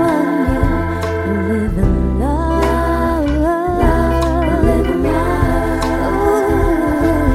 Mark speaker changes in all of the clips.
Speaker 1: love you, live in love, live in love.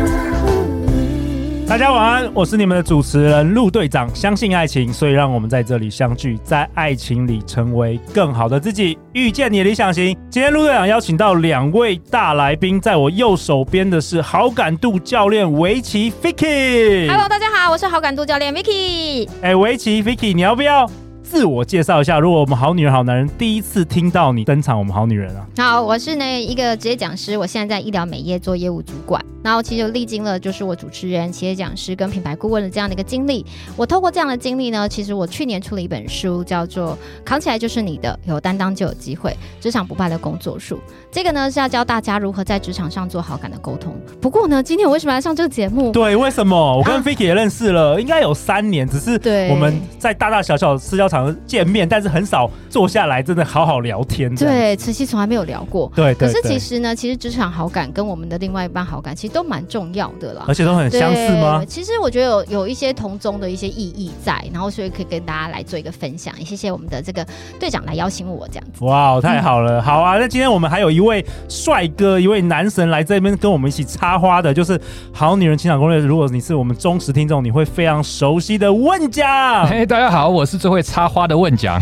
Speaker 2: 大家晚安，我是你们的主持人陆队长。相信爱情，所以让我们在这里相聚，在爱情里成为更好的自己，遇见你的理想型。今天陆队长邀请到两位大来宾，在我右手边的是好感度教练围棋 Vicky。
Speaker 3: Hello，大家好，我是好感度教练 Vicky。
Speaker 2: 哎，围棋 Vicky，你要不要自我介绍一下？如果我们好女人、好男人第一次听到你登场，我们好女人啊，
Speaker 3: 好，我是那一个职业讲师，我现在在医疗美业做业务主管。然后其实历经了就是我主持人、企业讲师跟品牌顾问的这样的一个经历。我透过这样的经历呢，其实我去年出了一本书，叫做《扛起来就是你的，有担当就有机会：职场不败的工作术》。这个呢是要教大家如何在职场上做好感的沟通。不过呢，今天我为什么来上这个节目？
Speaker 2: 对，为什么？我
Speaker 3: 哦啊
Speaker 2: 跟 Vicky 也认识了，应该有三年，只是
Speaker 3: 对
Speaker 2: 我们在大大小小的私交场见面，但是很少坐下来真的好好聊天这样。
Speaker 3: 对，慈禧从来没有聊过。
Speaker 2: 对
Speaker 3: 可
Speaker 2: 对
Speaker 3: 是
Speaker 2: 对
Speaker 3: 其实呢，其实职场好感跟我们的另外一半好感其实都蛮重要的啦。
Speaker 2: 而且都很
Speaker 3: 对
Speaker 2: 相似吗？
Speaker 3: 其实我觉得有有一些同宗的一些意义在，然后所以可以跟大家来做一个分享。也谢谢我们的这个队长来邀请我这样子。
Speaker 2: 哇，太好了，好
Speaker 3: 嗯
Speaker 2: 啊！那今天我们还有一位帅哥，一位男神来这边跟我们一起插花的，就是《好女人情场攻略》。如果你是我们忠实听众，你会非常熟悉的问家。
Speaker 4: 嘿，哎大家好，我是最会插花的 问讲，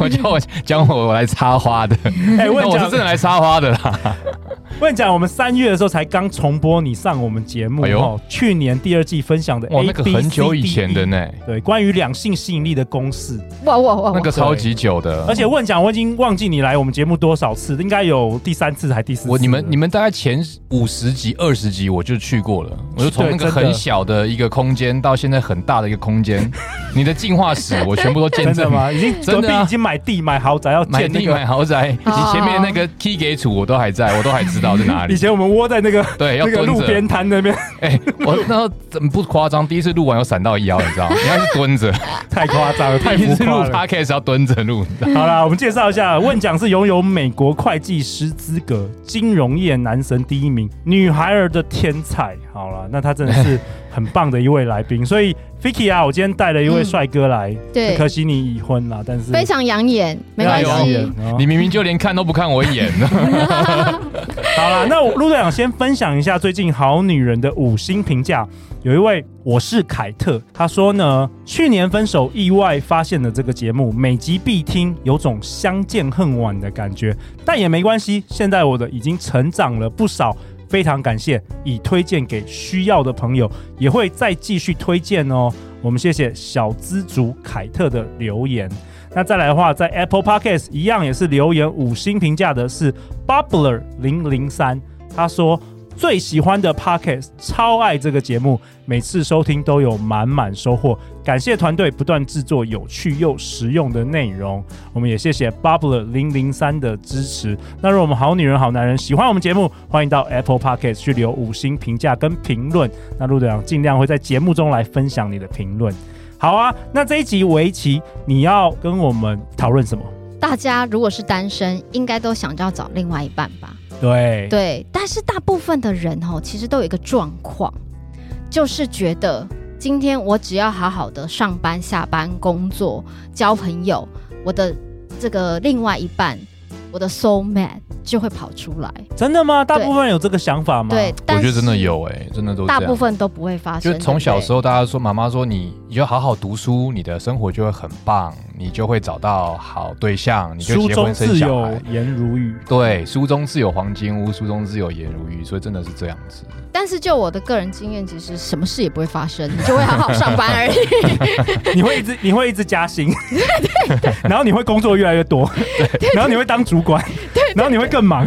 Speaker 4: 我叫我讲我我来插花的，
Speaker 2: 哎、
Speaker 4: 那
Speaker 2: 问
Speaker 4: 我
Speaker 2: 讲
Speaker 4: 是真的来插花的啦。
Speaker 2: 问讲，我们三月的时候才刚重播你上我们节目
Speaker 4: 哎呦
Speaker 2: 哦，去年第二季分享的 A,
Speaker 4: 哇，那个
Speaker 2: B,
Speaker 4: 很久
Speaker 2: C,
Speaker 4: 以
Speaker 2: D,
Speaker 4: 前的
Speaker 2: E
Speaker 4: 呢，
Speaker 2: 对，关于两性吸引力的公式，
Speaker 3: 哇哇
Speaker 2: 哦
Speaker 3: 哇哇！
Speaker 4: 那个超级久的。
Speaker 2: 而且问讲我已经忘记你来我们节目多少次，应该有第三次还第四次了。
Speaker 4: 我你们你们大概前五十集、二十集我就去过了，我就从那
Speaker 2: 对
Speaker 4: 个
Speaker 2: 真的
Speaker 4: 很小的一个空间到现在很大的一个空 间，你的进化史我全部都见
Speaker 2: 真的
Speaker 4: 证。
Speaker 2: 吗？已经
Speaker 4: 真
Speaker 2: 隔
Speaker 4: 的
Speaker 2: 壁
Speaker 4: 啊
Speaker 2: 已经买地买豪宅要
Speaker 4: 买
Speaker 2: 建那
Speaker 4: 地
Speaker 2: 个
Speaker 4: 买豪宅，以及前面那个 T 给处我都还在，我都还知道在哪 里
Speaker 2: 以。前我们窝在那个
Speaker 4: 对，要
Speaker 2: 那个
Speaker 4: 蹲
Speaker 2: 路
Speaker 4: 着。
Speaker 2: 边摊那边，
Speaker 4: 哎、我那时候怎么不夸张？第一次录完有闪到腰，你知道吗？你还是 蹲着，
Speaker 2: 太夸张了，哎太
Speaker 4: 第一
Speaker 2: 浮
Speaker 4: 次录
Speaker 2: 夸了。
Speaker 4: podcast 要蹲着录，你知道吗
Speaker 2: 好啦，我们介绍一下，问奖是拥有美国会计师资格，金融业男神第一名，女孩儿的天才。好啦，那他真的是很棒的一位来宾。所以 Vicky 啊，我今天带了一位帅哥来，
Speaker 3: 嗯对，
Speaker 2: 可惜你已婚啦，但是
Speaker 3: 非常养眼，没关
Speaker 4: 哎
Speaker 3: 系。
Speaker 2: 哦
Speaker 4: 你明明就连看都不看我一 眼，
Speaker 2: 好啦，那我陆队长先分享一下最近《好女人》的五星评价。有一位我是凯特，他说呢，去年分手意外发现的这个节目，每集必听，有种相见恨晚的感觉，但也没关系，现在我的已经成长了不少。非常感谢，已推荐给需要的朋友，也会再继续推荐哦。我们谢谢小资族凯特的留言。那再来的话，在 Apple Podcast 一样也是留言五星评价的是 Bubbler 零零三，他说最喜欢的 Podcast，超爱这个节目，每次收听都有满满收获。感谢团队不断制作有趣又实用的内容，我们也谢谢 Bubbler 零零三的支持。那如果我们好女人好男人喜欢我们节目，欢迎到 Apple Podcast 去留五星评价跟评论。那陆队长尽量会在节目中来分享你的评论。好啊，那这一集围棋你要跟我们讨论什么？
Speaker 3: 大家如果是单身，应该都想着要找另外一半吧？
Speaker 2: 对，
Speaker 3: 对，但是大部分的人哦，其实都有一个状况，就是觉得今天我只要好好的上班、下班、工作、交朋友，我的这个另外一半，我的 soul mate 就会跑出来。
Speaker 2: 真的吗？大部分人有这个想法吗？
Speaker 3: 对，
Speaker 4: 我
Speaker 3: 但
Speaker 4: 觉得真的
Speaker 3: 是
Speaker 4: 有哎、真的都
Speaker 3: 大
Speaker 4: 这
Speaker 3: 部
Speaker 4: 样。
Speaker 3: 分都不会发生。
Speaker 4: 就从小时
Speaker 3: 候
Speaker 4: 候，大家说妈妈说你，你就好好读书，你的生活就会很棒，你就会找到好对象，你就
Speaker 2: 书
Speaker 4: 结
Speaker 2: 中
Speaker 4: 婚生
Speaker 2: 自
Speaker 4: 小
Speaker 2: 有
Speaker 4: 孩。
Speaker 2: 颜如玉。
Speaker 4: 对，书中自有黄金屋，书中自有颜如玉，所以真的是这样子。
Speaker 3: 但是就我的个人经验，其实什么事也不会发生，你就会好好上班而已。
Speaker 2: 你会一直你会一直加 薪， 然后你会工作越来越多，然后你会当主管，然后你会更忙，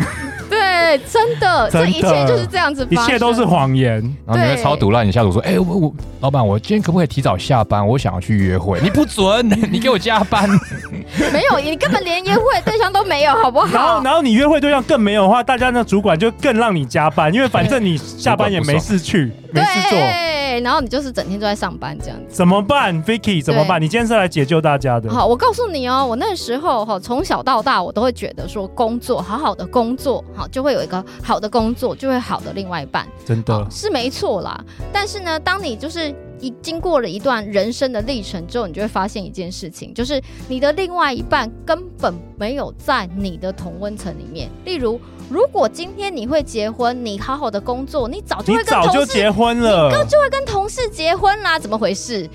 Speaker 3: 对，真的，
Speaker 2: 真的
Speaker 3: 这一切就是这样子
Speaker 2: 一
Speaker 3: 发生，
Speaker 2: 切都是谎言。
Speaker 4: 然后你会
Speaker 3: 对
Speaker 4: 超毒烂，你下属说：“哎、我我老板，我今天可不可以提早下班？我想要去 约会。”你不准，你给我加班。
Speaker 3: 没有，你根本连约会对象都没有，好不
Speaker 2: 然后，
Speaker 3: 好？
Speaker 2: 然后你约会对象更没有的话，大家那主管就更让你加班，因为反正你下班也没事去，没事做。
Speaker 3: 对，对，然后你就是整天都在上班这样子。
Speaker 2: 怎么办，Vicky？怎么办？你今天是来解救大家的。
Speaker 3: 好，我告诉你哦，我那时候哈，从小到大我都会觉得说，工作好好的工作，好就会有一个好的工作，就会好的另外一半，
Speaker 2: 真的，
Speaker 3: 是没错啦。但是呢，当你就是一经过了一段人生的历程之后，你就会发现一件事情，就是你的另外一半根本没有在你的同温层里面。例如，如果今天你会结婚，你好好的工作，你早就
Speaker 2: 你
Speaker 3: 会跟
Speaker 2: 早
Speaker 3: 同
Speaker 2: 就
Speaker 3: 事
Speaker 2: 结婚了，
Speaker 3: 跟同事结婚啦，怎么回事？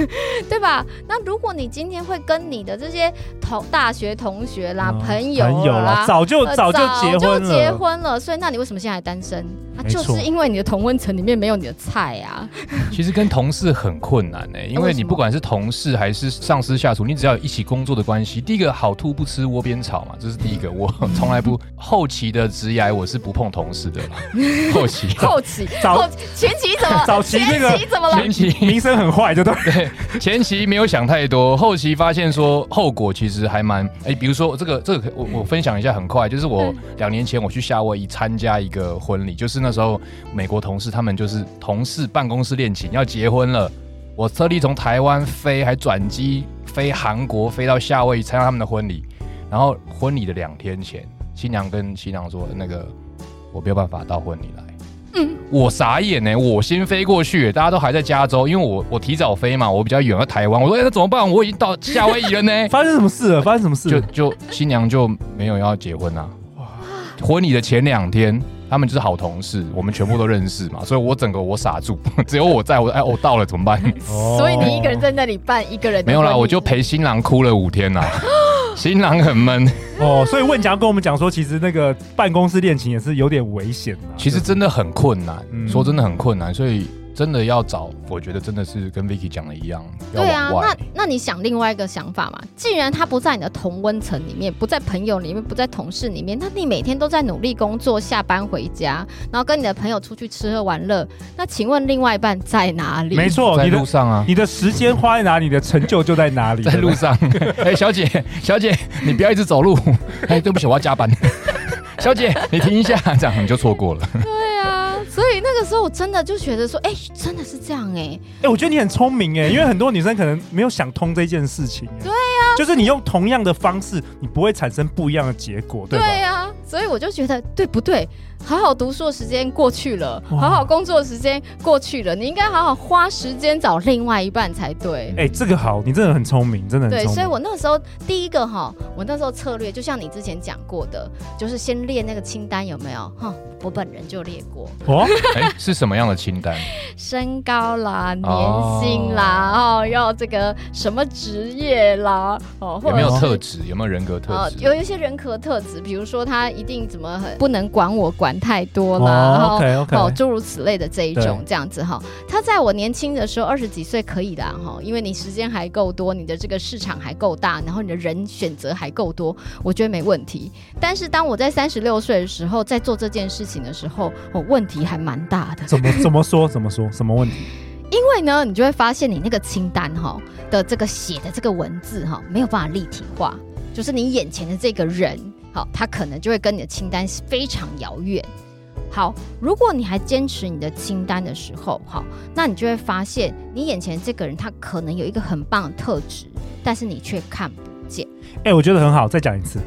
Speaker 3: 对吧？那如果你今天会跟你的这些同大学同学啦、
Speaker 2: 嗯
Speaker 3: 朋友
Speaker 2: 朋友啦，
Speaker 3: 啦。
Speaker 2: 早就
Speaker 3: 呃
Speaker 2: 早就结婚
Speaker 3: 就结
Speaker 2: 了。
Speaker 3: 婚了，所以那你为什么现在还单身啊？
Speaker 2: 没
Speaker 3: 就
Speaker 2: 错
Speaker 3: 是因为你的同温层里面没有你的菜啊。
Speaker 4: 其实跟同事很困难呢、因
Speaker 3: 哦为
Speaker 4: 为
Speaker 3: 什
Speaker 4: 你
Speaker 3: 么
Speaker 4: 不管是同事还是上司下属，你只要有一起工作的关系，第一个好兔不吃窝边草嘛，这是第一个。我
Speaker 3: 嗯
Speaker 4: 从来不后期的职涯，我是不碰同事的啦。 后期，啊
Speaker 3: 后期，
Speaker 2: 早
Speaker 3: 后前期怎么？
Speaker 2: 早期那个
Speaker 3: 前期怎么了？
Speaker 4: 前期
Speaker 2: 名声很坏，对不 对？
Speaker 4: 前期没有想太多，后期发现说后果其实还蛮哎、比如说这个这个我我分享一下，很快就是
Speaker 3: 嗯
Speaker 4: 我两年前我去夏威夷参加一个婚礼，就是那时候美国同事他们就是同事办公室恋情要结婚了，我特地从台湾飞，还转机飞韩国飞到夏威夷参加他们的婚礼，然后婚礼的两天前，新娘跟新郎说那个我没有办法到婚礼来。我傻眼呢、我先飞过去、大家都还在加州，因为我我提早飞嘛，我比较远，在台湾。我说，哎、那怎么办？我已经到夏威夷了呢。
Speaker 2: 发生什么事了？发生 什么事
Speaker 4: 就
Speaker 2: 了？
Speaker 4: 就新娘就没有要结婚啊。婚礼的前两天，他们就是好同事，我们全部都认识嘛，所以我整个我傻住， 只有我在我哎我到了怎么办？
Speaker 2: 哦
Speaker 3: 所以你一个人在那里办一个人的
Speaker 4: 没有啦，
Speaker 3: 婚礼
Speaker 4: 我就陪新郎哭了五天 啦。新郎很闷，
Speaker 2: 哦，所以问讲跟我们讲说，其实那个办公室恋情也是有点危险啊的。
Speaker 4: 其实真的很困难，
Speaker 2: 嗯
Speaker 4: 说真的很困难，所以真的要找，我觉得真的是跟 Vicky 讲的一样，要
Speaker 3: 对啊
Speaker 4: 往，外
Speaker 3: 那。那你想另外一个想法嘛？既然他不在你的同温层里面，不在朋友里面，不在同事里面，那你每天都在努力工作，下班回家，然后跟你的朋友出去吃喝玩乐，那请问另外一半在哪里？
Speaker 2: 没错，
Speaker 4: 在
Speaker 2: 哦你
Speaker 4: 路
Speaker 2: 的
Speaker 4: 上啊，
Speaker 2: 你的时间花在哪里，你的成就就在 哪里。
Speaker 4: 在
Speaker 2: 对不
Speaker 4: 路
Speaker 2: 对
Speaker 4: 上，哎、小姐，小姐，你不要一直走路， 哎、对不起，我要加班。 小姐，你停一下，这样你就错过 了。
Speaker 3: 对啊，所以那个时候我真的就觉得说，哎、真的是这样哎、
Speaker 2: 哎，我觉得你很聪明哎，因为很多女生可能没有想通这件事情。对
Speaker 3: 啊
Speaker 2: 呀，就是你用同样的方式，你不会产生不一样的结果，对吧？
Speaker 3: 对啊，所以我就觉得对不对？好好读书的时间过去了，
Speaker 2: 哇
Speaker 3: 好好工作的时间过去了，你应该好好花时间找另外一半才对。
Speaker 2: 哎，这个好，你真的很聪明，真的很
Speaker 3: 对，
Speaker 2: 聪明。
Speaker 3: 所以我那时候第一个哈，我那时候策略就像你之前讲过的，就是先列那个清单有没有？哈，我本人就列过，
Speaker 2: 哦，
Speaker 4: 哎、是什么样的清单？
Speaker 3: 身高啦、年
Speaker 4: 哦
Speaker 3: 薪啦，哦，要这个什么职业啦，哦，或者
Speaker 4: 有没有
Speaker 3: 是
Speaker 4: 特质？有没有人格特
Speaker 3: 呃，
Speaker 4: 质？
Speaker 3: 有一些人格特质，比如说他一定怎么很不能管我管太多啦，然
Speaker 2: 哦
Speaker 3: 后
Speaker 2: ，OK OK，
Speaker 3: 哦，诸如此类的这一种
Speaker 2: 对
Speaker 3: 这样子哈。他在我年轻的时候，二十几岁可以的哈，因为你时间还够多，你的这个市场还够大，然后你的人选择还够多，我觉得没问题。但是当我在三十六岁的时候，在做这件事情的时候，哦，问题还蛮大的，
Speaker 2: 怎么怎么说怎么说什么问题？
Speaker 3: 因为呢，你就会发现你那个清单哈的这个写的这个文字哈，没有办法立体化，就是你眼前的这个人，好，他可能就会跟你的清单非常遥远。好，如果你还坚持你的清单的时候，好，那你就会发现你眼前这个人他可能有一个很棒的特质，但是你却看不。
Speaker 2: 哎，我觉得很好，再讲一次。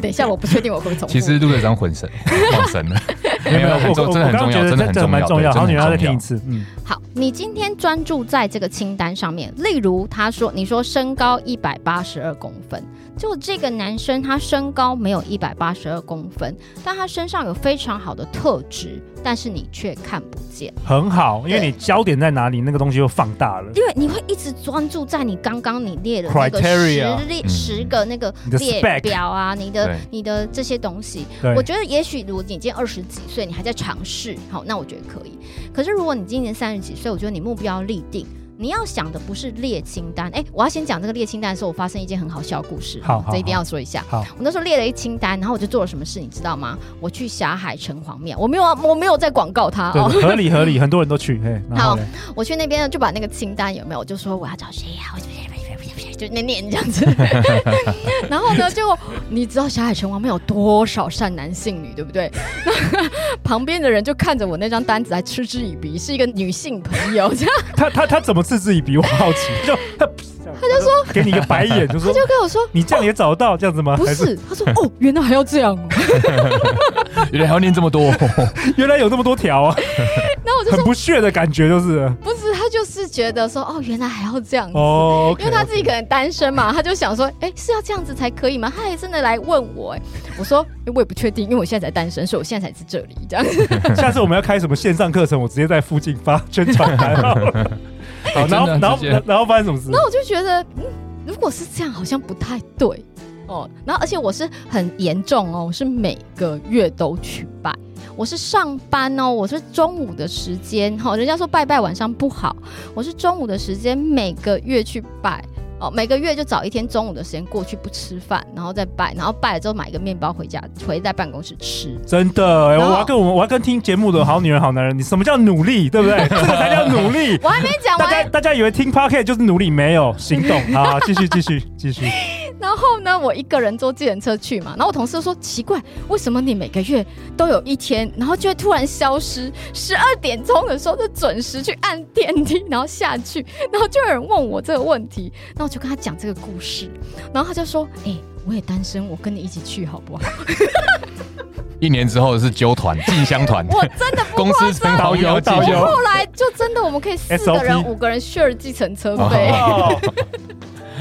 Speaker 3: 等一下，我不确定我会不会重复。
Speaker 4: 其实陆队长混 神，忘神了。没有，很
Speaker 2: 我
Speaker 4: 重，
Speaker 2: 我
Speaker 4: 真的
Speaker 2: 我
Speaker 4: 很
Speaker 2: 刚
Speaker 4: 重
Speaker 2: 觉
Speaker 4: 要，
Speaker 2: 得
Speaker 4: 真的
Speaker 2: 这
Speaker 4: 很
Speaker 2: 这个蛮重
Speaker 4: 重
Speaker 2: 要，
Speaker 4: 要，
Speaker 2: 好，
Speaker 4: 真
Speaker 2: 女
Speaker 4: 的
Speaker 2: 人再
Speaker 4: 很
Speaker 2: 听一
Speaker 4: 重要。
Speaker 2: 次。嗯，
Speaker 3: 好，你今天专注在这个清单上面，例如他说，你说身高一百八十二公分，就这个男生他身高没有一百八十二公分，但他身上有非常好的特质，但是你却看不见，
Speaker 2: 很好，因为
Speaker 3: 对
Speaker 2: 你焦点在哪里，那个东西就放大了。
Speaker 3: 因为你会一直专注在你刚刚你列的那个
Speaker 2: Criteria，
Speaker 3: 十列
Speaker 4: 嗯
Speaker 3: 十个那个
Speaker 2: 你的
Speaker 3: 列
Speaker 2: spec
Speaker 3: 表啊，你的
Speaker 4: 对
Speaker 3: 你的这些东西，
Speaker 2: 对
Speaker 3: 我，觉得也许如果你今年二十几岁，你还在尝试，好，那我觉得可以。可是如果你今年三十几岁，我觉得你目标立定，你要想的不是列清单。哎、我要先讲这个列清单的时候，我发生一件很好笑的故事，
Speaker 2: 好好
Speaker 3: 这一定要说一下。
Speaker 2: 好
Speaker 3: 我那时候列了一清单，然后我就做了什么事，你知道吗？我去霞海城隍庙，我没有啊，我没有在广告它
Speaker 2: 对，
Speaker 3: 哦，
Speaker 2: 合理合理，很多 人都去。嘿，然后
Speaker 3: 好
Speaker 2: 嘞
Speaker 3: 我去那边呢就把那个清单有没有，我就说我要找谁呀、我就就念念这样子。然后呢，就你知道小海拳王面有多少善男信女，对不对？旁边的人就看着我那张单子，还嗤之以鼻，是一个女性朋友，这样
Speaker 2: 他他他怎么嗤之以鼻？我好奇，就他他就说给你一个白 眼，就说
Speaker 3: 他就跟我说。
Speaker 2: 你这样也找得到这样子吗？
Speaker 3: 不
Speaker 2: 还
Speaker 3: 是，他说哦，原来还要这样哦，
Speaker 4: 原来还要念这么多，
Speaker 2: 原来有这么多条 啊，
Speaker 3: 然后我就
Speaker 2: 很
Speaker 3: 说
Speaker 2: 不屑的感觉就是了
Speaker 3: 不是，他就是觉得说哦，原来还要这样子，
Speaker 2: 哦，OK，
Speaker 3: 因为他自己可能单身嘛，他就想说，哎、是要这样子才可以吗？他还真的来问我、哎，我说、哎我也不确定，因为我现在才单身，所以我现在才是这里这样。
Speaker 2: 下次我们要开什么线上课程，我直接在附近发宣传 单好了。好，然后
Speaker 4: 哎真的
Speaker 2: 然后
Speaker 4: 直接
Speaker 2: 然后发生什么事？
Speaker 3: 那我就觉得，嗯，如果是这样，好像不太对哦。然后，而且我是很严重哦，我是每个月都去拜。我是上班哦，我是中午的时间哈、哦，人家说拜拜晚上不好，我是中午的时间每个月去拜哦，每个月就找一天中午的时间过去不吃饭，然后再拜，然后拜了之后买一个面包回家，回在办公室吃。
Speaker 2: 真的、欸，
Speaker 3: 然后
Speaker 2: 我要跟我们，我要跟听节目的好女人、好男人，你什么叫努力，对不 对？这个才叫努力。
Speaker 3: 我还没讲
Speaker 2: 大
Speaker 3: 完
Speaker 2: 家，大家以为听 p o c a s t 就是努力，没有行 动啊！继续继续继续，
Speaker 3: 然后呢，我一个人坐计程车去嘛，然后我同事说奇怪，为什么你每个月都有一天，然后就会突然消失？十二点钟的时候就准时去按电梯，然后下去，然后就有人问我这个问题，然后我就跟他讲这个故事，然后他就说，哎、我也单身，我跟你一起去好不好？，
Speaker 4: 一年之后是纠团、进香团
Speaker 3: 我真的不
Speaker 4: 公司分
Speaker 2: 导
Speaker 4: 导
Speaker 2: 游
Speaker 4: 游、
Speaker 2: 导
Speaker 4: 进
Speaker 2: 游
Speaker 4: 修
Speaker 3: 后来就真的我们可以四个人、
Speaker 2: SOP
Speaker 3: 五个人 share 计程车费。
Speaker 2: 哦，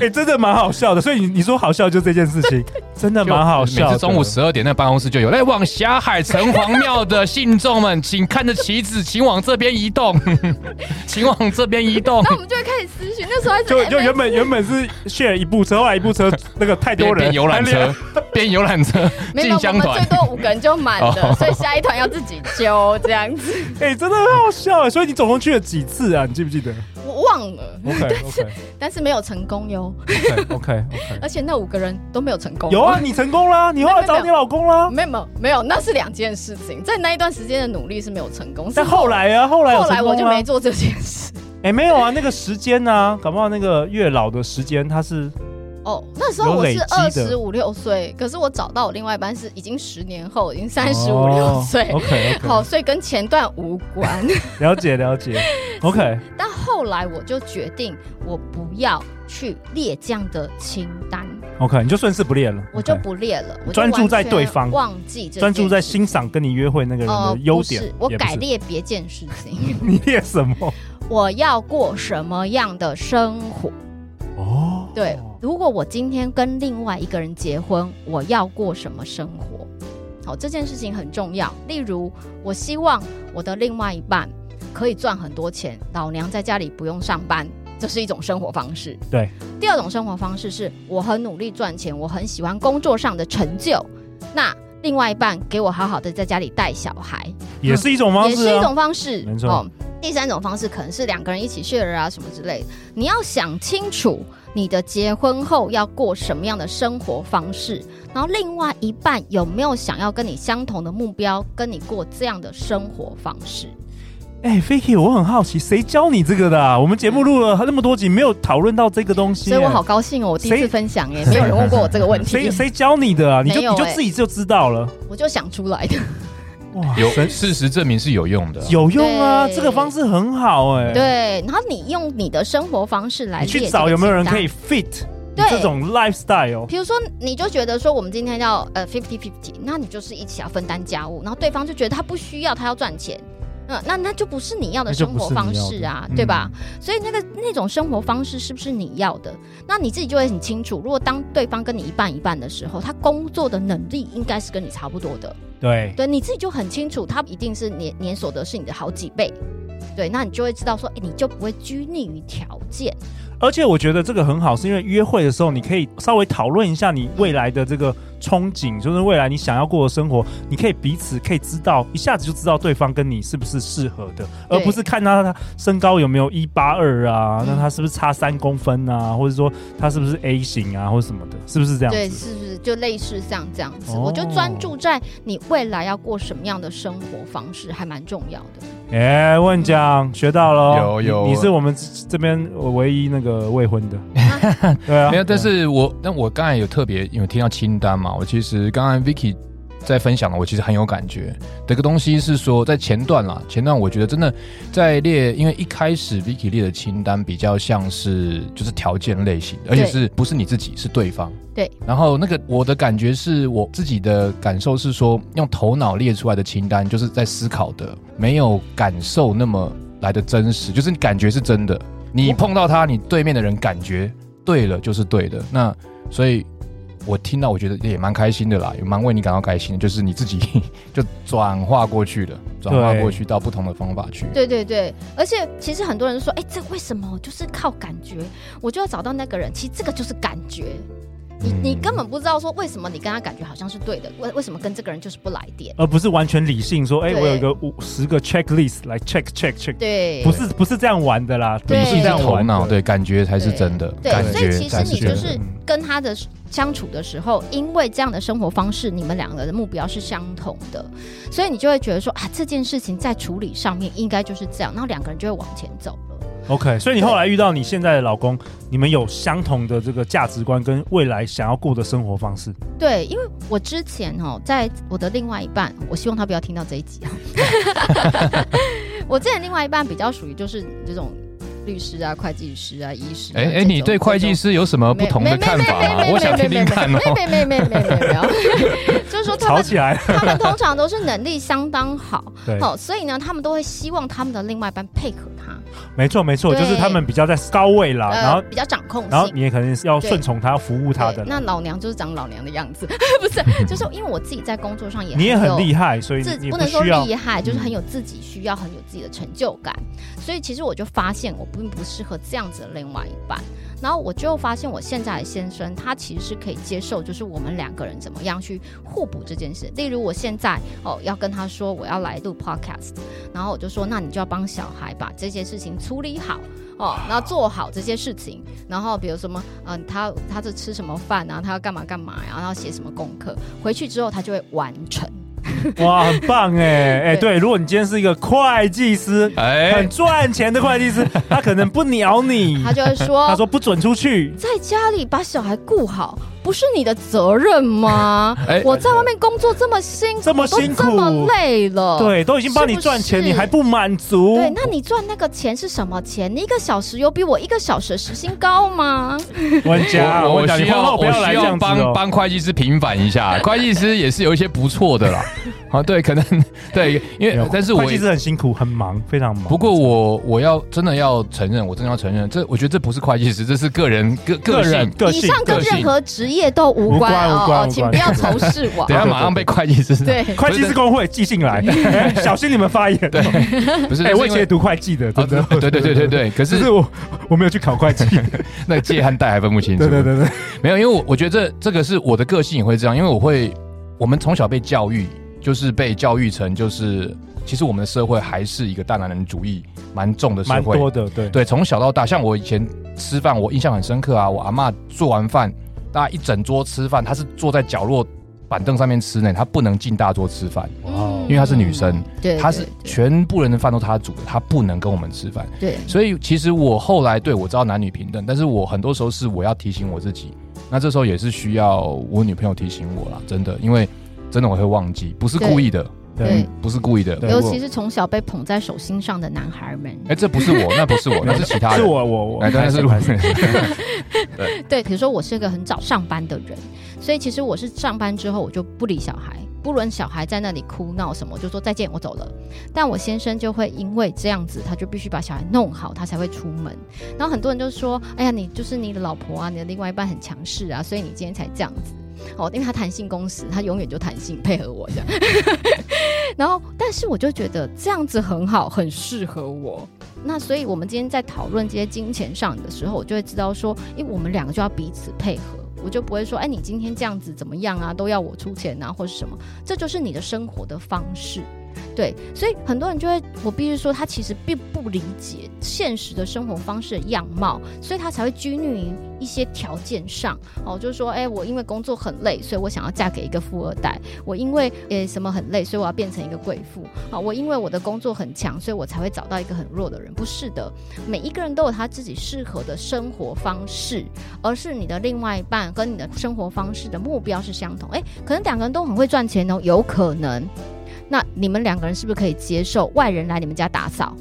Speaker 2: 哎、真的蛮好笑的。所以你你说好笑就这件事 情，真的蛮好笑的。
Speaker 4: 每次中午十二点，那办公室就有来往霞海城隍庙的信众们，请看着旗子，请往这边移动， 请往这边移动
Speaker 3: 然。后我们就会开始私讯，那时候还是
Speaker 2: 就
Speaker 3: MS
Speaker 2: 就原本原本是 share 一部车，后来一部 车那个太多人
Speaker 4: 边边，游览车， 边游览车
Speaker 3: 没有，
Speaker 4: 进
Speaker 3: 我
Speaker 4: 香
Speaker 3: 们最
Speaker 4: 团。
Speaker 3: 多五个人就满了，
Speaker 4: 哦
Speaker 3: 所以下一团要自己揪这样子。
Speaker 2: 哎、真的很好笑欸。所以你总共去了几次啊？你记不记得
Speaker 3: 我忘了，
Speaker 2: ？OK OK
Speaker 3: 但是没有成功哟，
Speaker 2: OK OK OK。
Speaker 3: 而且那五个人都没有成功。
Speaker 2: 有啊，你成功啦！你后来找你老公啦。
Speaker 3: 没有没有没有，那是两件事情，在那一段时间的努力是没有成功。是
Speaker 2: 但后来啊，后来有
Speaker 3: 后来
Speaker 2: 成功
Speaker 3: 我就
Speaker 2: 啦
Speaker 3: 没做这件事。
Speaker 2: 哎、没有啊，那个时间呢、啊，搞不好那个月老的时间它是
Speaker 3: 哦，那时候我
Speaker 2: 有
Speaker 3: 是
Speaker 2: 累
Speaker 3: 二
Speaker 2: 积的
Speaker 3: 十五六岁，可是我找到我另外一半是已经十年后，已经三十五六岁。
Speaker 2: 哦 OK
Speaker 3: 好，
Speaker 2: OK，
Speaker 3: 所以跟前段无关。
Speaker 2: 了解了解，OK，
Speaker 3: 但后来我就决定，我不要去列这样的清单，
Speaker 2: OK，你就顺势不练了，
Speaker 3: 我就
Speaker 2: OK
Speaker 3: 不列了，我就
Speaker 2: 专注在
Speaker 3: 完全
Speaker 2: 对方
Speaker 3: 忘记这
Speaker 2: 专注在
Speaker 3: 件事
Speaker 2: 欣赏跟你约会那个人
Speaker 3: 呃
Speaker 2: 的优
Speaker 3: 不
Speaker 2: 点
Speaker 3: 是。我
Speaker 2: 也不
Speaker 3: 改
Speaker 2: 是，
Speaker 3: 列别件事情，
Speaker 2: 你练什么？
Speaker 3: 我要过什么样的生活？
Speaker 2: 哦，
Speaker 3: 对，如果我今天跟另外一个人结婚，我要过什么生活？好，这件事情很重要。例如，我希望我的另外一半可以赚很多钱，老娘在家里不用上班，这是一种生活方式。
Speaker 2: 对。
Speaker 3: 第二种生活方式是我很努力赚钱，我很喜欢工作上的成就，那另外一半给我好好的在家里带小孩，
Speaker 2: 也是一种方
Speaker 3: 也
Speaker 2: 式
Speaker 3: 是一
Speaker 2: 啊。
Speaker 3: 种方式，哦
Speaker 2: 没错
Speaker 3: 第三种方式可能是两个人一起 share 啊什么之类的。你要想清楚你的结婚后要过什么样的生活方式，然后另外一半有没有想要跟你相同的目标，跟你过这样的生活方式。
Speaker 2: 哎，Vicky，我很好奇，谁教你这个的啊？我们节目录了那么多集，没有讨论到这个东西耶。
Speaker 3: 所以我好高兴哦，我第一
Speaker 2: 谁
Speaker 3: 次分享耶，没有人问过我这个问
Speaker 2: 谁
Speaker 3: 题，
Speaker 2: 谁教你的啊？你就
Speaker 3: 没有
Speaker 2: 你就
Speaker 3: 哎
Speaker 2: 自己就知道了。
Speaker 3: 我就想出 来的。
Speaker 2: 哇，
Speaker 4: 有
Speaker 2: 神
Speaker 4: 事实证明是有用的啊，
Speaker 2: 有用啊，
Speaker 3: 对
Speaker 2: 这个方式很好哎。，
Speaker 3: 对，然后你用你的生活方式来
Speaker 2: 你
Speaker 3: 列
Speaker 2: 去
Speaker 3: 这
Speaker 2: 找
Speaker 3: 个
Speaker 2: 有没有人
Speaker 3: 清单
Speaker 2: 可以 fit 你
Speaker 3: 对
Speaker 2: 这种 lifestyle？
Speaker 3: 比如说，你就觉得说我们今天要呃 fifty fifty，那你就是一起要分担家务，然后对方就觉得他不需要，他要赚钱。嗯，那那就不是你要的
Speaker 2: 那就
Speaker 3: 生
Speaker 2: 不是
Speaker 3: 活
Speaker 2: 你要
Speaker 3: 方
Speaker 2: 的
Speaker 3: 式啊，
Speaker 2: 嗯
Speaker 3: 对吧？所以那个那种生活方式是不是你要的？那你自己就会很清楚。如果当对方跟你一半一半的时候，他工作的能力应该是跟你差不多的，
Speaker 2: 对，
Speaker 3: 对，你自己就很清楚，他一定是年年所得是你的好几倍，对，那你就会知道说，哎，你就不会拘泥于条件。
Speaker 2: 而且我觉得这个很好，是因为约会的时候，你可以稍微讨论一下你未来的这个憧憬，就是未来你想要过的生活，你可以彼此可以知道，一下子就知道对方跟你是不是适合的，而
Speaker 3: 对
Speaker 2: 不是看他他身高有没有一八二啊，
Speaker 3: 嗯
Speaker 2: 那他是不是差三公分啊，或者说他是不是 A 型啊，或者什么的，是不是这样
Speaker 3: 对，
Speaker 2: 子？
Speaker 3: 是不是就类似像这样子？
Speaker 2: 哦
Speaker 3: 我就专注在你未来要过什么样的生活方式，还蛮重要的。
Speaker 2: 哎、问讲学到了哦，
Speaker 4: 有有
Speaker 2: 你，你是我们这边唯一那个未婚的，对啊，
Speaker 4: 没有，但是我但我刚才有特别有听到清单嘛，我其实刚刚 Vicky 在分享的，我其实很有感觉。这个东西是说在前段啦，前段我觉得真的在列，因为一开始 Vicky 列的清单比较像是就是条件类型的，而且
Speaker 3: 对
Speaker 4: 是不是你自己是对方。
Speaker 3: 对。
Speaker 4: 然后那个我的感觉是我自己的感受是说，用头脑列出来的清单就是在思考的，没有感受那么来的真实，就是你感觉是真的。你碰到他，你对面的人感觉对了就是对的。那所以，我听到我觉得也蛮开心的啦，也蛮为你感到开心的，就是你自己 就转化过去了，转化
Speaker 2: 对
Speaker 4: 过去到不同的方法去。
Speaker 3: 对对对，而且其实很多人说，哎、这为什么就是靠感觉？我就要找到那个人，其实这个就是感觉。你
Speaker 4: 嗯
Speaker 3: 你根本不知道说为什么你跟他感觉好像是对的，为为什么跟这个人就是不来电？
Speaker 2: 而不是完全理性说，哎，
Speaker 3: 对
Speaker 2: 我有一个五十个 checklist 来 check check check，
Speaker 3: 对，
Speaker 2: 不是不是这样玩的啦，
Speaker 3: 对
Speaker 2: 理
Speaker 4: 理
Speaker 2: 性
Speaker 4: 性
Speaker 2: 这
Speaker 4: 是
Speaker 2: 样
Speaker 4: 头
Speaker 2: 玩的
Speaker 4: 脑，对，感觉才是真的，
Speaker 3: 对
Speaker 4: 感
Speaker 3: 所以
Speaker 4: 觉
Speaker 3: 其实
Speaker 4: 才
Speaker 3: 你就
Speaker 4: 真
Speaker 3: 是
Speaker 4: 的。
Speaker 3: 跟他的相处的时候，因为这样的生活方式，你们两个的目标是相同的，所以你就会觉得说啊，这件事情在处理上面应该就是这样，然后两个人就会往前走了。
Speaker 2: OK，所以你后来遇到你现在的老公，你们有相同的这个价值观跟未来想要过的生活方式。
Speaker 3: 对，因为我之前哦，在我的另外一半，我希望他不要听到这一集啊。我之前另外一半比较属于就是这种律师啊、会计师啊、医师啊。
Speaker 4: 哎
Speaker 3: 这
Speaker 4: 哎，
Speaker 3: 种
Speaker 4: 你对会计。师有什
Speaker 3: 这
Speaker 4: 么
Speaker 3: 种
Speaker 4: 不同的看
Speaker 3: 没没
Speaker 4: 法
Speaker 3: 没没
Speaker 4: 吗？
Speaker 3: 没
Speaker 4: 我想听听看哦。
Speaker 3: 没没没没没没没有，就是说他
Speaker 2: 吵
Speaker 3: 们
Speaker 2: 起 来，
Speaker 3: 他们通常都是能力相当好，
Speaker 2: 对，
Speaker 3: 哦，所以呢，他们都会希望他们的另外一半配合他，
Speaker 2: 没错没错，
Speaker 3: 对呃
Speaker 2: 就是他们比较在高位啦，然后
Speaker 3: 比较掌控性。
Speaker 2: 然后你也可能是要顺从他、要服务他
Speaker 3: 对
Speaker 2: 的啦，
Speaker 3: 那老娘就是长老娘的样子， 不是，就是因为我自己在工作上也
Speaker 2: 你也很
Speaker 3: 有
Speaker 2: 厉害，所以
Speaker 3: 自
Speaker 2: 你也
Speaker 3: 不能说
Speaker 2: 需要嗯
Speaker 3: 厉害，就是很有自己需要，很有自己的成就感。所以其实我就发现我并不适合这样子的另外一半。然后我就发现我现在的先生，他其实是可以接受，就是我们两个人怎么样去互补这件事。例如我现在哦要跟他说我要来录 podcast，然后我就说那你就要帮小孩把这些事情处理好。哦，然后做好这些事情，然后比如什么，嗯、他他这吃什么饭啊，他要干嘛干嘛呀、然后写什么功课，回去之后他就会完成。
Speaker 2: 哇，很棒 哎哎，
Speaker 3: 对
Speaker 2: 对，如果你今天是一个会计师，
Speaker 4: 哎
Speaker 2: 很，赚钱的会计 师，他可能不鸟你
Speaker 3: 他，就会说：“
Speaker 2: 他说不准出去，
Speaker 3: 在家里把小孩顾好，不是你的责 任吗？
Speaker 4: 哎
Speaker 3: 我在外面工作这么辛苦，
Speaker 2: 这么辛苦
Speaker 3: 都这么累了，
Speaker 2: 对，都已经帮你
Speaker 3: 是不
Speaker 2: 赚钱，
Speaker 3: 哦是
Speaker 2: 你还不满足，
Speaker 3: 对，那你赚那个钱是什么钱？你一个小时有比我一个小时的时薪高吗？
Speaker 2: 温家，啊
Speaker 4: 我
Speaker 2: 温
Speaker 4: 我
Speaker 2: 家，
Speaker 4: 需
Speaker 2: 你
Speaker 4: 要
Speaker 2: 后不
Speaker 4: 我
Speaker 2: 要来
Speaker 4: 需
Speaker 2: 这
Speaker 4: 要
Speaker 2: 样子
Speaker 4: 帮
Speaker 2: 哦。
Speaker 4: 帮会计师平反 一下，会计师也是有一些不错的啦。啊，对，可能对，因
Speaker 2: 没有
Speaker 4: 为但是我
Speaker 2: 会计师很辛苦，很忙，非常忙。
Speaker 4: 不过我我要真的要承认，我真的要承认，这我觉得这不是会计师，这是个人个
Speaker 2: 个
Speaker 4: 个
Speaker 2: 人
Speaker 4: 性。
Speaker 2: 个
Speaker 3: 以
Speaker 2: 性，
Speaker 3: 上跟
Speaker 4: 个性
Speaker 3: 任何职业都无
Speaker 2: 无关
Speaker 3: 关
Speaker 2: 无关
Speaker 3: 哦
Speaker 2: 无
Speaker 3: 哦，请
Speaker 2: 关
Speaker 3: 不要仇视 我。
Speaker 4: 等一下马上被会计师
Speaker 3: 对，
Speaker 2: 会计师工会寄信 来，哎小心你们发言。
Speaker 4: 对，不是
Speaker 2: 哎，
Speaker 4: 是
Speaker 2: 我以
Speaker 4: 因
Speaker 2: 前也
Speaker 4: 为
Speaker 2: 读会计的，
Speaker 4: 啊
Speaker 2: 真 的。
Speaker 4: 对对对对对对，可
Speaker 2: 只
Speaker 4: 是
Speaker 2: 是我我没有去考会计。
Speaker 4: 那借和贷还分不清楚。
Speaker 2: 对对对对，
Speaker 4: 没有，因为我我觉得这这个是我的个性也会这样，因为我会，我们从小被教育，就是被教育成就是，其实我们的社会还是一个大男人主义蛮重的社
Speaker 2: 蛮
Speaker 4: 会。
Speaker 2: 多的，对。
Speaker 4: 对，从小到大，像我以前吃饭，我印象很深刻啊，我阿嬷做完饭，大家一整桌吃饭，她是坐在角落板凳上面吃呢，她不能进大桌吃饭，
Speaker 2: 哦
Speaker 4: 因为她是女生，
Speaker 3: 嗯对，
Speaker 4: 她是
Speaker 3: 对
Speaker 4: 全部人的饭都她煮的，她不能跟我们吃饭。
Speaker 3: 对
Speaker 4: 所以其实我后来对我知道男女平等，但是我很多时候是我要提醒我自己，那这时候也是需要我女朋友提醒我啦，真的，因为真的我会忘记，不是故意的，嗯
Speaker 3: 对，
Speaker 4: 不是故意的，
Speaker 2: 对
Speaker 3: 尤
Speaker 4: 我
Speaker 3: 其是从小被捧在手心上的男孩们。
Speaker 4: 哎、这不是我，那不是我，那是其他人，
Speaker 2: 是我我我，
Speaker 4: 哎，当然是
Speaker 2: 不
Speaker 4: 我
Speaker 2: 好意思，
Speaker 3: 对，比如说我是个很早上班的人，所以其实我是上班之后我就不理小孩，不论小孩在那里哭闹什么，我就说再见，我走了。但我先生就会因为这样子，他就必须把小孩弄好，他才会出门。然后很多人就说：“哎呀，你就是你的老婆啊，你的另外一半很强势啊，所以你今天才这样子。”哦，因为他弹性工时，他永远就弹性配合我这样。 然后，但是我就觉得这样子很好，很适合我。那所以，我们今天在讨论这些金钱上的时候，我就会知道说，因为我们两个就要彼此配合，我就不会说，哎，你今天这样子怎么样啊，都要我出钱啊，或是什么，这就是你的生活的方式。对，所以很多人就会，我必须说，他其实并不理解现实的生活方式的样貌，所以他才会拘泥于一些条件上。哦，就是说，哎、我因为工作很累，所以我想要嫁给一个富二代；我因为呃、什么很累，所以我要变成一个贵妇；啊、我因为我的工作很强，所以我才会找到一个很弱的人。不是的，每一个人都有他自己适合的生活方式，而是你的另外一半跟你的生活方式的目标是相同。哎、可能两个人都很会赚钱哦，有可能。那你们两个人是不是可以接受外人来你们家打扫？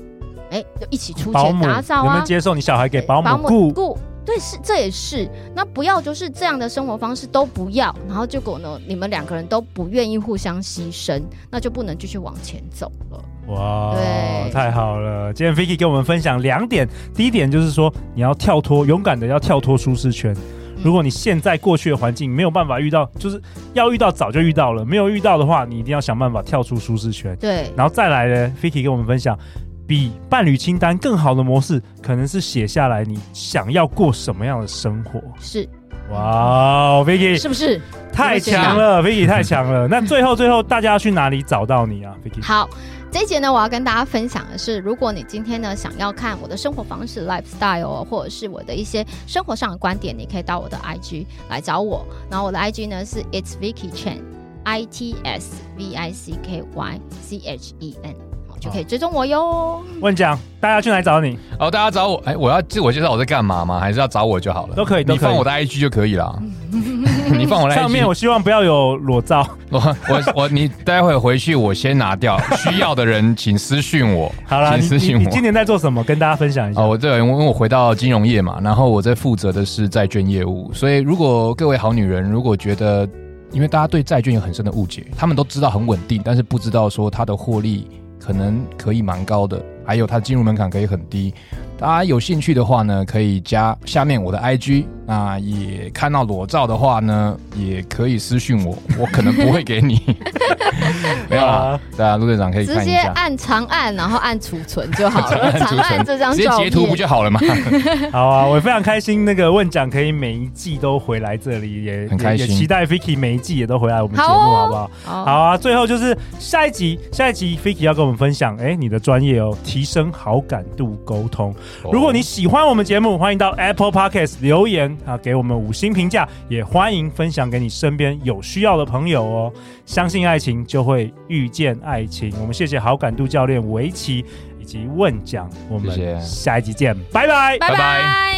Speaker 3: 哎、就一起出
Speaker 2: 保
Speaker 3: 钱
Speaker 2: 姆
Speaker 3: 打扫
Speaker 2: 有没
Speaker 3: 啊
Speaker 2: 有？接受你小孩给保姆
Speaker 3: 雇
Speaker 2: 雇？
Speaker 3: 对，是这也是。那不要就是这样的生活方式都不要，然后结果呢，你们两个人都不愿意互相牺牲，那就不能继续往前走了。
Speaker 2: 哇
Speaker 3: 对，
Speaker 2: 太好了！今天 Vicky 跟我们分享两点，第一点就是说你要跳脱，勇敢的要跳脱舒适圈。如果你现在过去的环境没有办法遇到，就是要遇到早就遇到了，没有遇到的话，你一定要想办法跳出舒适圈。
Speaker 3: 对，
Speaker 2: 然后再来呢，Vicky 跟我们分享，比伴侣清单更好的模式，可能是写下来你想要过什么样的生活。
Speaker 3: 是
Speaker 2: 哇哦，Vicky
Speaker 3: 是不是？
Speaker 2: 太强了，Vicky 太强了。那最后最后，大家要去哪里找到你啊，Vicky？
Speaker 3: 好，这一节呢，我要跟大家分享的是，如果你今天呢想要看我的生活方式 lifestyle，哦或者是我的一些生活上的观点，你可以到我的 IG 来找我。然后我的 IG 呢是 It's Vicky Chen I T S V I C K Y C H E N，好就可以追踪我哟。
Speaker 2: 问讲，大家去哪里找你？
Speaker 4: 哦，大家找我，哎，我要自我介绍我在干嘛吗？还是要找我就好了？
Speaker 2: 都可以都
Speaker 4: 你
Speaker 2: 可以
Speaker 4: 放我的 IG 就可以了。你放我的 IG，
Speaker 2: 上面我希望不要有裸照。
Speaker 4: 我我我，你待会回去我先拿掉，需要的人请私讯我。
Speaker 2: 好啦，
Speaker 4: 请
Speaker 2: 你
Speaker 4: 私
Speaker 2: 你
Speaker 4: 信
Speaker 2: 你
Speaker 4: 我
Speaker 2: 今年在做什么？跟大家分享一下。
Speaker 4: 哦，我这个因为我回到金融业嘛，然后我在负责的是债券业务，所以如果各位好女人如果觉得，因为大家对债券有很深的误解，他们都知道很稳定，但是不知道说它的获利可能可以蛮高的，还有它的进入门槛可以很低。大家有兴趣的话呢，可以加下面我的 IG，那也看到裸照的话呢，也可以私讯我，我可能不会给你。 没有啦，大家陆队长可以
Speaker 3: 直
Speaker 4: 看一
Speaker 3: 接
Speaker 4: 下。。
Speaker 3: 按长按，然后按储存就好了 长按这张
Speaker 4: 直接
Speaker 3: 照
Speaker 4: 截
Speaker 3: 片，
Speaker 4: 图不就好 了吗？
Speaker 2: 好啊，我非常开心，那个问奖可以每一季都回来这里，也
Speaker 4: 很开
Speaker 2: 也
Speaker 4: 心
Speaker 2: 也期待 Vicky 每一季也都回来我们节目，
Speaker 3: 好哦
Speaker 2: 好不好？
Speaker 3: 好
Speaker 2: 好啊，最后就是下一集，下一集 Vicky 要跟我们分享，哎、你的专业哦，提升好感度沟通。
Speaker 4: 哦
Speaker 2: 如果你喜欢我们节目，欢迎到 Apple Podcast 留言啊，给我们五星评价，也欢迎分享给你身边有需要的朋友哦。相信爱情，就会遇见爱情。我们谢谢好感度教练围棋以及问讲，我
Speaker 4: 谢谢
Speaker 2: 们下一集见，拜拜。
Speaker 3: 拜
Speaker 4: 拜拜
Speaker 3: 拜。